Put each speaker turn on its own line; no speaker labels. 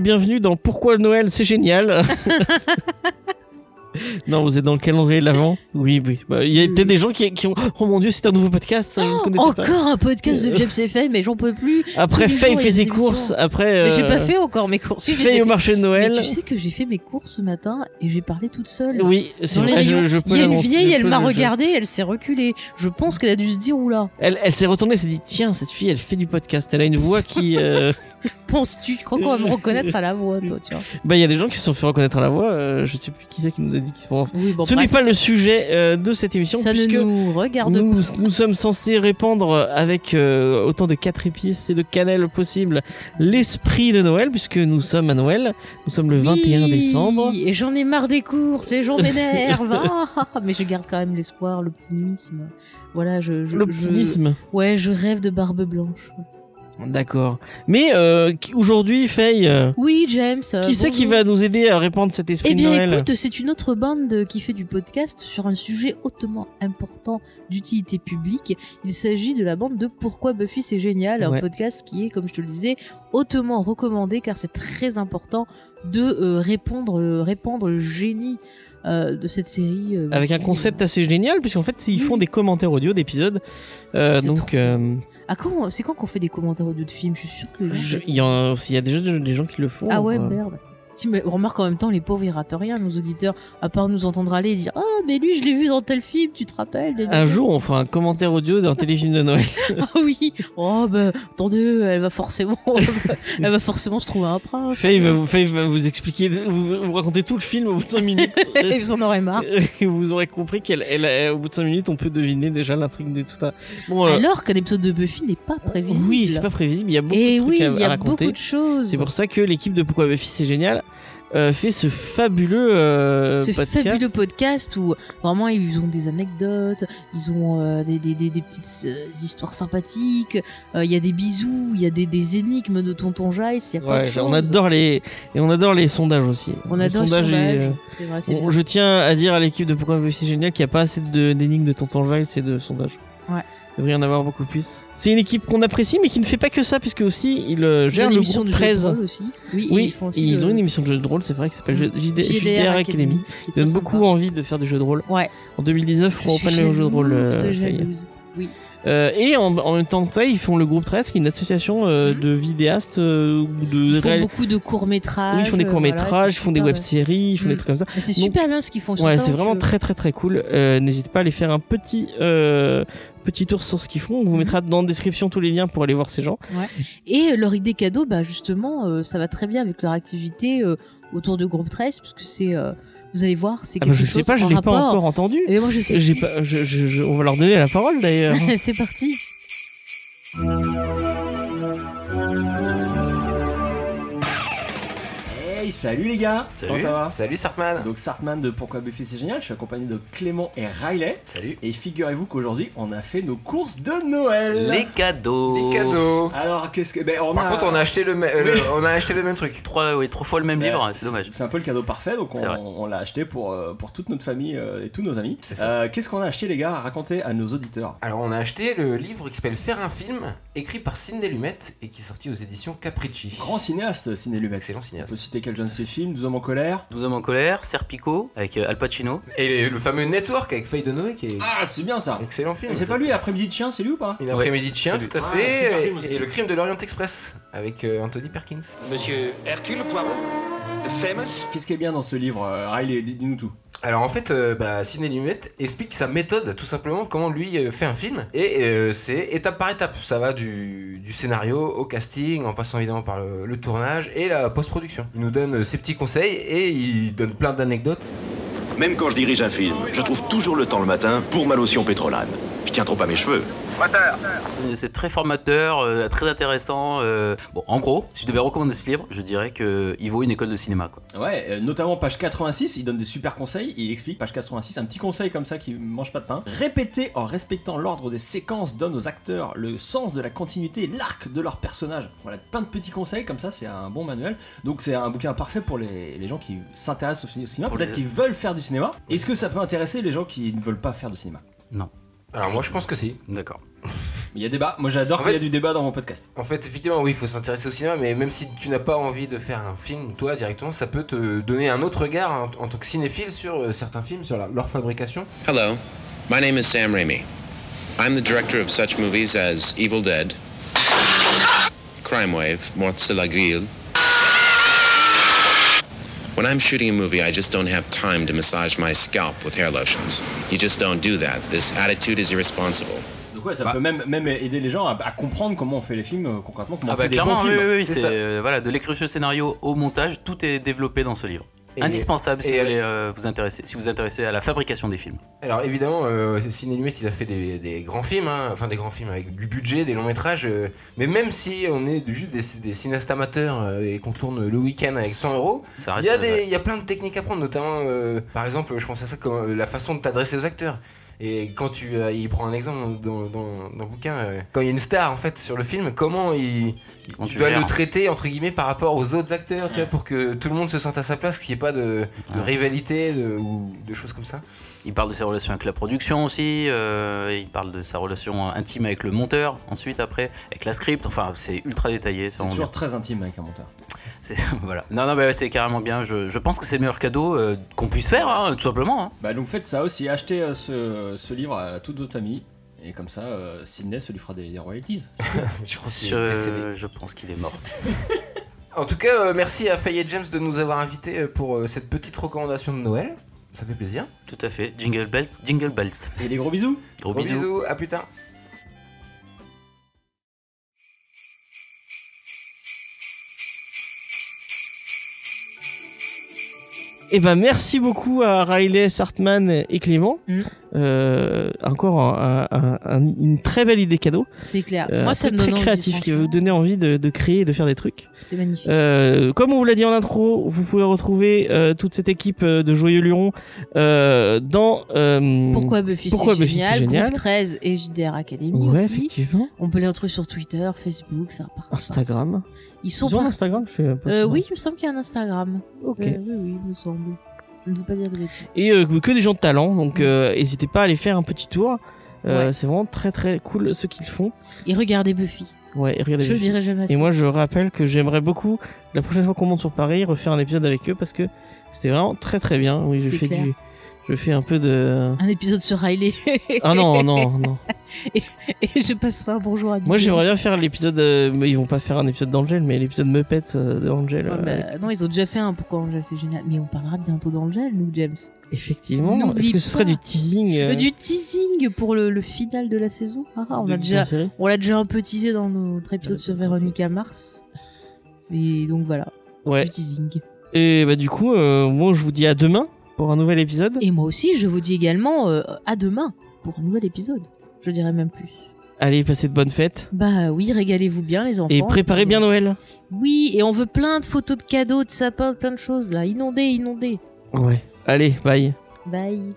bienvenue dans Pourquoi Noël, c'est génial. non, vous êtes dans le calendrier de l'avant Oui, oui. Bah, Il y a peut-être des gens qui, qui ont. Oh mon dieu, c'est un nouveau podcast. je ne connaissais pas.
Oh,
Euh.
Encore un podcast de Job CFL, mais j'en peux plus.
Après
tous les jours,
Faye
il y a
fait
des
ses
émissions.
courses. Après.
Mais J'ai pas
euh,
fait encore mes courses. Oui, je les ai
Faye au
fait.
marché de
Mais
Noël.
tu sais que j'ai fait mes courses ce matin et j'ai parlé toute seule.
Oui, c'est
Dans les
vrai, je,
rayons.
je peux
Il y a une
l'annoncer,
vieille,
je
elle
peux
m'a
le- je-
regardée, elle s'est reculée. Je pense qu'elle a dû se dire oula,
Elle, elle s'est retournée, elle s'est dit Tiens, cette fille, elle fait du podcast. Elle a une voix qui. euh,
penses-tu Je crois qu'on va me reconnaître à la voix, toi, tu vois.
Bah, il y a des gens qui se sont fait reconnaître à la voix. euh, je sais plus qui c'est qui nous a dit qu'ils se font.
Oui, bon,
Ce n'est
bref,
pas le sujet euh, de cette émission,
ça
puisque.
ne nous regarde
Nous,
pas.
nous sommes censés répandre avec euh, autant de quatre épices et de cannelle possible l'esprit de Noël, puisque nous sommes à Noël. Nous sommes le 21
Oui,
décembre.
Et j'en ai marre des courses, et j'en m'énerve. Ah, mais je garde quand même l'espoir, l'optimisme. Voilà, je. je-
L'optimisme.
je- Ouais, je rêve de barbe blanche.
D'accord. Mais euh, qui- aujourd'hui, Faye, euh,
Oui, James. euh,
qui c'est qui
bonjour.
va nous aider à répandre cet esprit
Eh bien,
de Noël
écoute, c'est une autre bande qui fait du podcast sur un sujet hautement important d'utilité publique. Il s'agit de la bande de Pourquoi Buffy c'est génial,
Ouais.
un podcast qui est, comme je te le disais, hautement recommandé car c'est très important de euh, répondre, euh, répandre le génie euh, de cette série. euh,
Avec un
Buffy.
concept assez génial, puisqu'en fait, ils font des commentaires audio d'épisodes. Euh,
C'est
donc,
trop
euh,
Ah, quand- c'est quand qu'on fait des commentaires audio de films Je suis sûr que. les gens-
je- il y, en a- il y a déjà des des gens qui le font.
Ah ouais,
euh,
merde. Si, mais remarque en même temps, les pauvres, ils ratent rien, nos auditeurs, à part nous entendre aller et dire Ah, mais lui, je l'ai vu dans tel film, tu te rappelles
Un jour, on fera un commentaire audio d'un téléfilm de Noël.
Ah oui Oh, bah, attendez, elle va forcément, elle va forcément se trouver un prince.
Faye va vous, Faye va vous expliquer, vous, vous raconter tout le film au bout de 5 minutes.
Et vous en aurez marre.
Et vous aurez compris qu'elle, elle, elle- au bout de 5 minutes, on peut deviner déjà l'intrigue de tout un. Bon, euh,
Alors qu'un épisode de Buffy n'est pas prévisible.
oui, c'est pas prévisible. Il y a beaucoup
Et
de trucs
oui,
à,
il y
à
a
raconter.
beaucoup de choses.
C'est pour ça que l'équipe de Pourquoi Buffy c'est génial euh, fait ce fabuleux euh,
ce
podcast.
fabuleux podcast où vraiment ils ont des anecdotes, ils ont euh, des, des- des- des petites euh, histoires sympathiques, euh, il y a des bisous, il y a des, des énigmes de Tonton Giles, il y a plein de
Ouais,
choses.
on adore les et on adore les sondages aussi.
On
Les
adore
sondages
le sondage.
et, euh,
C'est vrai, c'est
on-
bien.
je tiens à dire à l'équipe de Pourquoi Buffy c'est génial qu'il n'y a pas assez de- d'énigmes de Tonton Giles et de sondages.
Ouais.
Il devrait y en avoir beaucoup plus. C'est une équipe qu'on apprécie mais qui ne fait pas que ça puisque aussi il euh,
Ils ont
gère
une
le
émission
groupe
de jeu de
13.
rôle aussi. Oui, et
Oui,
ils font aussi
et ils
le-
ont une émission de jeu de rôle, c'est vrai, qui s'appelle JD JDR, Academy.
qui est
Ça
très
donne beaucoup
sympa.
envie de faire du jeu de rôle.
Ouais.
En 2019,
Je
on
suis
reprend le jeu de rôle.
jalouse,
euh, Faye.
jalouse.
Euh, et en, en même temps que ça, ils font le groupe 13, qui est une association euh,
Mhm.
de vidéastes euh, ou de
Ils font
réal-
beaucoup de courts-métrages.
Oui, ils font des
euh,
courts métrages,
voilà, c'est
ils font des
super,
web
ouais.
séries, ils font des
Mhm.
trucs comme ça.
Mais c'est
Donc,
super bien ce qu'ils font.
ouais,
pas
c'est
honteux.
vraiment très très très cool. Euh, N'hésite pas à aller faire un petit euh, petit tour sur ce qu'ils font. On vous
Mhm.
mettra dans la description tous les liens pour aller voir ces gens.
Et euh, leur idée cadeau, bah justement, euh, ça va très bien avec leur activité euh, autour de groupe 13, puisque c'est, euh, vous allez voir, c'est
Ah
quelque
bah, je
chose
sais pas, je
en
l'ai pas
rapport.
encore entendu. Euh,
Et moi je sais.
J'ai pas, je- je- je- on va leur donner la parole d'ailleurs.
c'est parti.
Hey, salut les gars Comment ça va
Salut Sartman
Donc Sartman de Pourquoi Buffy c'est génial, je suis accompagné de Clément et Riley,
Salut
et figurez-vous qu'aujourd'hui on a fait nos courses de Noël
Les cadeaux
Les cadeaux
Alors qu'est-ce que... Ben, on
Par
a...
contre, on a acheté le, me- euh, le- on a acheté le même truc.
Trois, oui, trois fois le même livre, c'est dommage.
C'est un peu le cadeau parfait, donc on,
C'est vrai.
on l'a acheté pour, euh, pour toute notre famille euh, et tous nos amis.
C'est ça.
Euh, Qu'est-ce qu'on a acheté les gars à raconter à nos auditeurs
Alors, on a acheté le livre qui s'appelle Faire un film, écrit par Sidney Lumet et qui est sorti aux éditions Capricci.
Grand cinéaste, Ciné Lumet.
Excellent
On peut
cinéaste.
citer quelques-uns de ses films, 12 hommes en colère.
12 hommes en colère, Serpico, avec euh, Al Pacino.
Et le fameux Network avec Feuille de Noé qui est
Ah, c'est bien ça
excellent film.
C'est pas lui, Après-midi de chien, c'est lui ou pas
Une après-midi de chien,
c'est lui.
tout à
Ah, super
fait.
film aussi.
et, et le crime de l'Orient Express avec euh, Anthony Perkins.
Monsieur Hercule Poirot, the famous
Qu'est-ce qui est bien dans ce livre euh, Riley, dis- dis-nous tout.
Alors en fait, euh, bah, Sidney Lumet explique sa méthode, tout simplement, comment lui euh, fait un film. Et euh, c'est étape par étape. Ça va du, du scénario au casting, en passant évidemment par le, le tournage et la post-production. Il nous donne euh, ses petits conseils et il donne plein d'anecdotes.
Même quand je dirige un film, je trouve toujours le temps le matin pour ma lotion pétrolane. Je tiens trop à mes cheveux.
C'est très formateur, euh, très intéressant. euh. Bon, en gros, si je devais recommander ce livre, je dirais qu'il vaut une école de cinéma. Quoi.
Ouais, euh, notamment page 86, il donne des super conseils. Il explique, page 86, un petit conseil comme ça qui mange pas de pain. Répéter en respectant l'ordre des séquences donne aux acteurs le sens de la continuité, l'arc de leur personnage. Voilà, plein de petits conseils comme ça, c'est un bon manuel. Donc c'est un bouquin parfait pour les, les gens qui s'intéressent au, ciné- au cinéma,
Pour
peut-être
les-
qui veulent faire du cinéma. Est-ce que ça peut intéresser les gens qui ne veulent pas faire de cinéma
Non.
Alors moi je pense que si.
D'accord.
Mais il y a débat. Moi, j'adore
En
qu'il y a
fait-
du débat dans mon podcast.
En fait, effectivement, oui, il faut s'intéresser au cinéma, mais même si tu n'as pas envie de faire un film, toi, directement, ça peut te donner un autre regard en, en tant que cinéphile sur euh, certains films, sur la- leur fabrication.
Hello, my name is Sam Raimi. I'm the director of such movies as Evil Dead, Crime Wave, Morts de la Grille. When I'm shooting a movie, I just don't have time to massage my scalp with hair lotions. You just don't do that. This attitude is irresponsible.
Donc ouais, ça
Bah.
peut même, même aider les gens à, à comprendre comment on fait les films euh, concrètement, comment
Ah
on fait
bah
des
clairement,
bons
oui,
films.
oui, oui,
C'est
c'est
ça.
euh, voilà de l'écriture scénario au montage, tout est développé dans ce livre.
Et-
Indispensable si
et-
vous voulez euh, vous intéresser, si vous vous intéressez à la fabrication des films.
Alors évidemment, euh, Ciné Lumette, il a fait des, des grands films, hein, enfin des grands films avec du budget, des longs métrages. euh, mais même si on est juste des, des cinéastes amateurs euh, et qu'on tourne le week-end avec 100 euros,
Ça reste.
il y a
euh,
des, il y a plein de techniques à prendre, notamment euh, par exemple, je pense à ça comme euh, la façon de t'adresser aux acteurs. Et quand tu, euh, il prend un exemple dans, dans- dans le bouquin, euh, quand il y a une star en fait sur le film, comment il,
Comment
tu
euh, tu
dois
gères.
le traiter entre guillemets par rapport aux autres acteurs, tu vois, pour que tout le monde se sente à sa place, qu'il n'y ait pas de, de rivalité de- ou de choses comme ça.
Il parle de ses relations avec la production aussi, euh, il parle de sa relation euh, intime avec le monteur, ensuite après, avec la script, enfin c'est ultra détaillé. ça,
C'est
on-
toujours très intime avec un monteur.
c'est- voilà. Non, non, mais ouais, c'est carrément bien, je, je pense que c'est le meilleur cadeau euh, qu'on puisse faire, hein, tout simplement. hein.
Bah donc faites ça aussi, achetez euh, ce, ce livre à toute votre famille. Et comme ça, euh, Sydney se lui fera des, des royalties.
Je crois qu'il est
Sur-
décédé.
je pense qu'il est mort.
En tout cas, euh, merci à Faye et James de nous avoir invités euh, pour euh, cette petite recommandation de Noël. Ça fait plaisir.
Tout à fait. Jingle bells, jingle bells.
Et des gros bisous
Gros
Gros
bisous.
bisous, à plus tard.
Eh ben merci beaucoup à Riley, Sartman et Clément.
Mm.
Euh, encore un- un- un- une très belle idée cadeau.
C'est clair.
Euh,
Moi,
un
ça
truc
me donne
très
envie,
créatif qui va vous
franchement.
donner envie de, de créer et de faire des trucs.
C'est magnifique.
Euh, comme on vous l'a dit en intro, vous pouvez retrouver euh, toute cette équipe euh, de Joyeux Luron euh, dans. euh,
Pourquoi Buffy
pourquoi
c'est
Buffy, c'est
génial,
génial
Groupe 13 et JDR Academy
Ouais,
aussi.
effectivement.
On peut les retrouver sur Twitter, Facebook, enfin partout.
Instagram.
Ils sont
Ils ont un
par-
Instagram, je suis un peu
Euh,
sûr.
oui, il me semble qu'il y a un Instagram.
Ok.
Euh, oui, oui, il me semble. Je ne veux pas dire de bêtises.
Et euh, que des gens de talent, donc euh, n'hésitez pas à aller faire un petit tour. Euh,
Ouais.
C'est vraiment très très cool ce qu'ils font.
Et regardez Buffy.
Ouais, et regardez
Je
les
le dirai jamais assez.
Ah bah, Et moi, je rappelle que j'aimerais beaucoup, la prochaine fois qu'on monte sur Paris, refaire un épisode avec eux parce que c'était vraiment très très bien. Oui, je
C'est
fais
clair.
du. Je fais un peu de.
Un épisode sur Riley.
Ah non, non, non.
Et je passerai un bonjour à
Moi,
Miguel.
j'aimerais bien faire l'épisode. euh, mais ils vont pas faire un épisode d'Angel, mais l'épisode Muppet euh, de Angel.
Ouais,
euh,
bah,
avec-
non, ils ont déjà fait un Pourquoi Angel, c'est génial. Mais on parlera bientôt d'Angel, nous, James.
Effectivement. Est-ce
n'oublie
que ce serait
pas.
du teasing euh,
Euh, Du teasing pour le, le final de la saison. Ah, ah, on
de-
l'a
de
déjà,
la série
on l'a déjà un peu teasé dans notre épisode sur Véronica Mars. Et donc voilà,
Ouais.
du teasing.
Et bah, du coup, euh, moi, je vous dis à demain pour un nouvel épisode.
Et moi aussi, je vous dis également euh, à demain pour un nouvel épisode. Je dirais même plus.
Allez, passez de bonnes fêtes.
Bah oui, régalez-vous bien les enfants.
Et préparez bien Noël.
Oui, et on veut plein de photos de cadeaux, de sapins, plein de choses là. Inondez, inondez.
Ouais. Allez, bye.
Bye.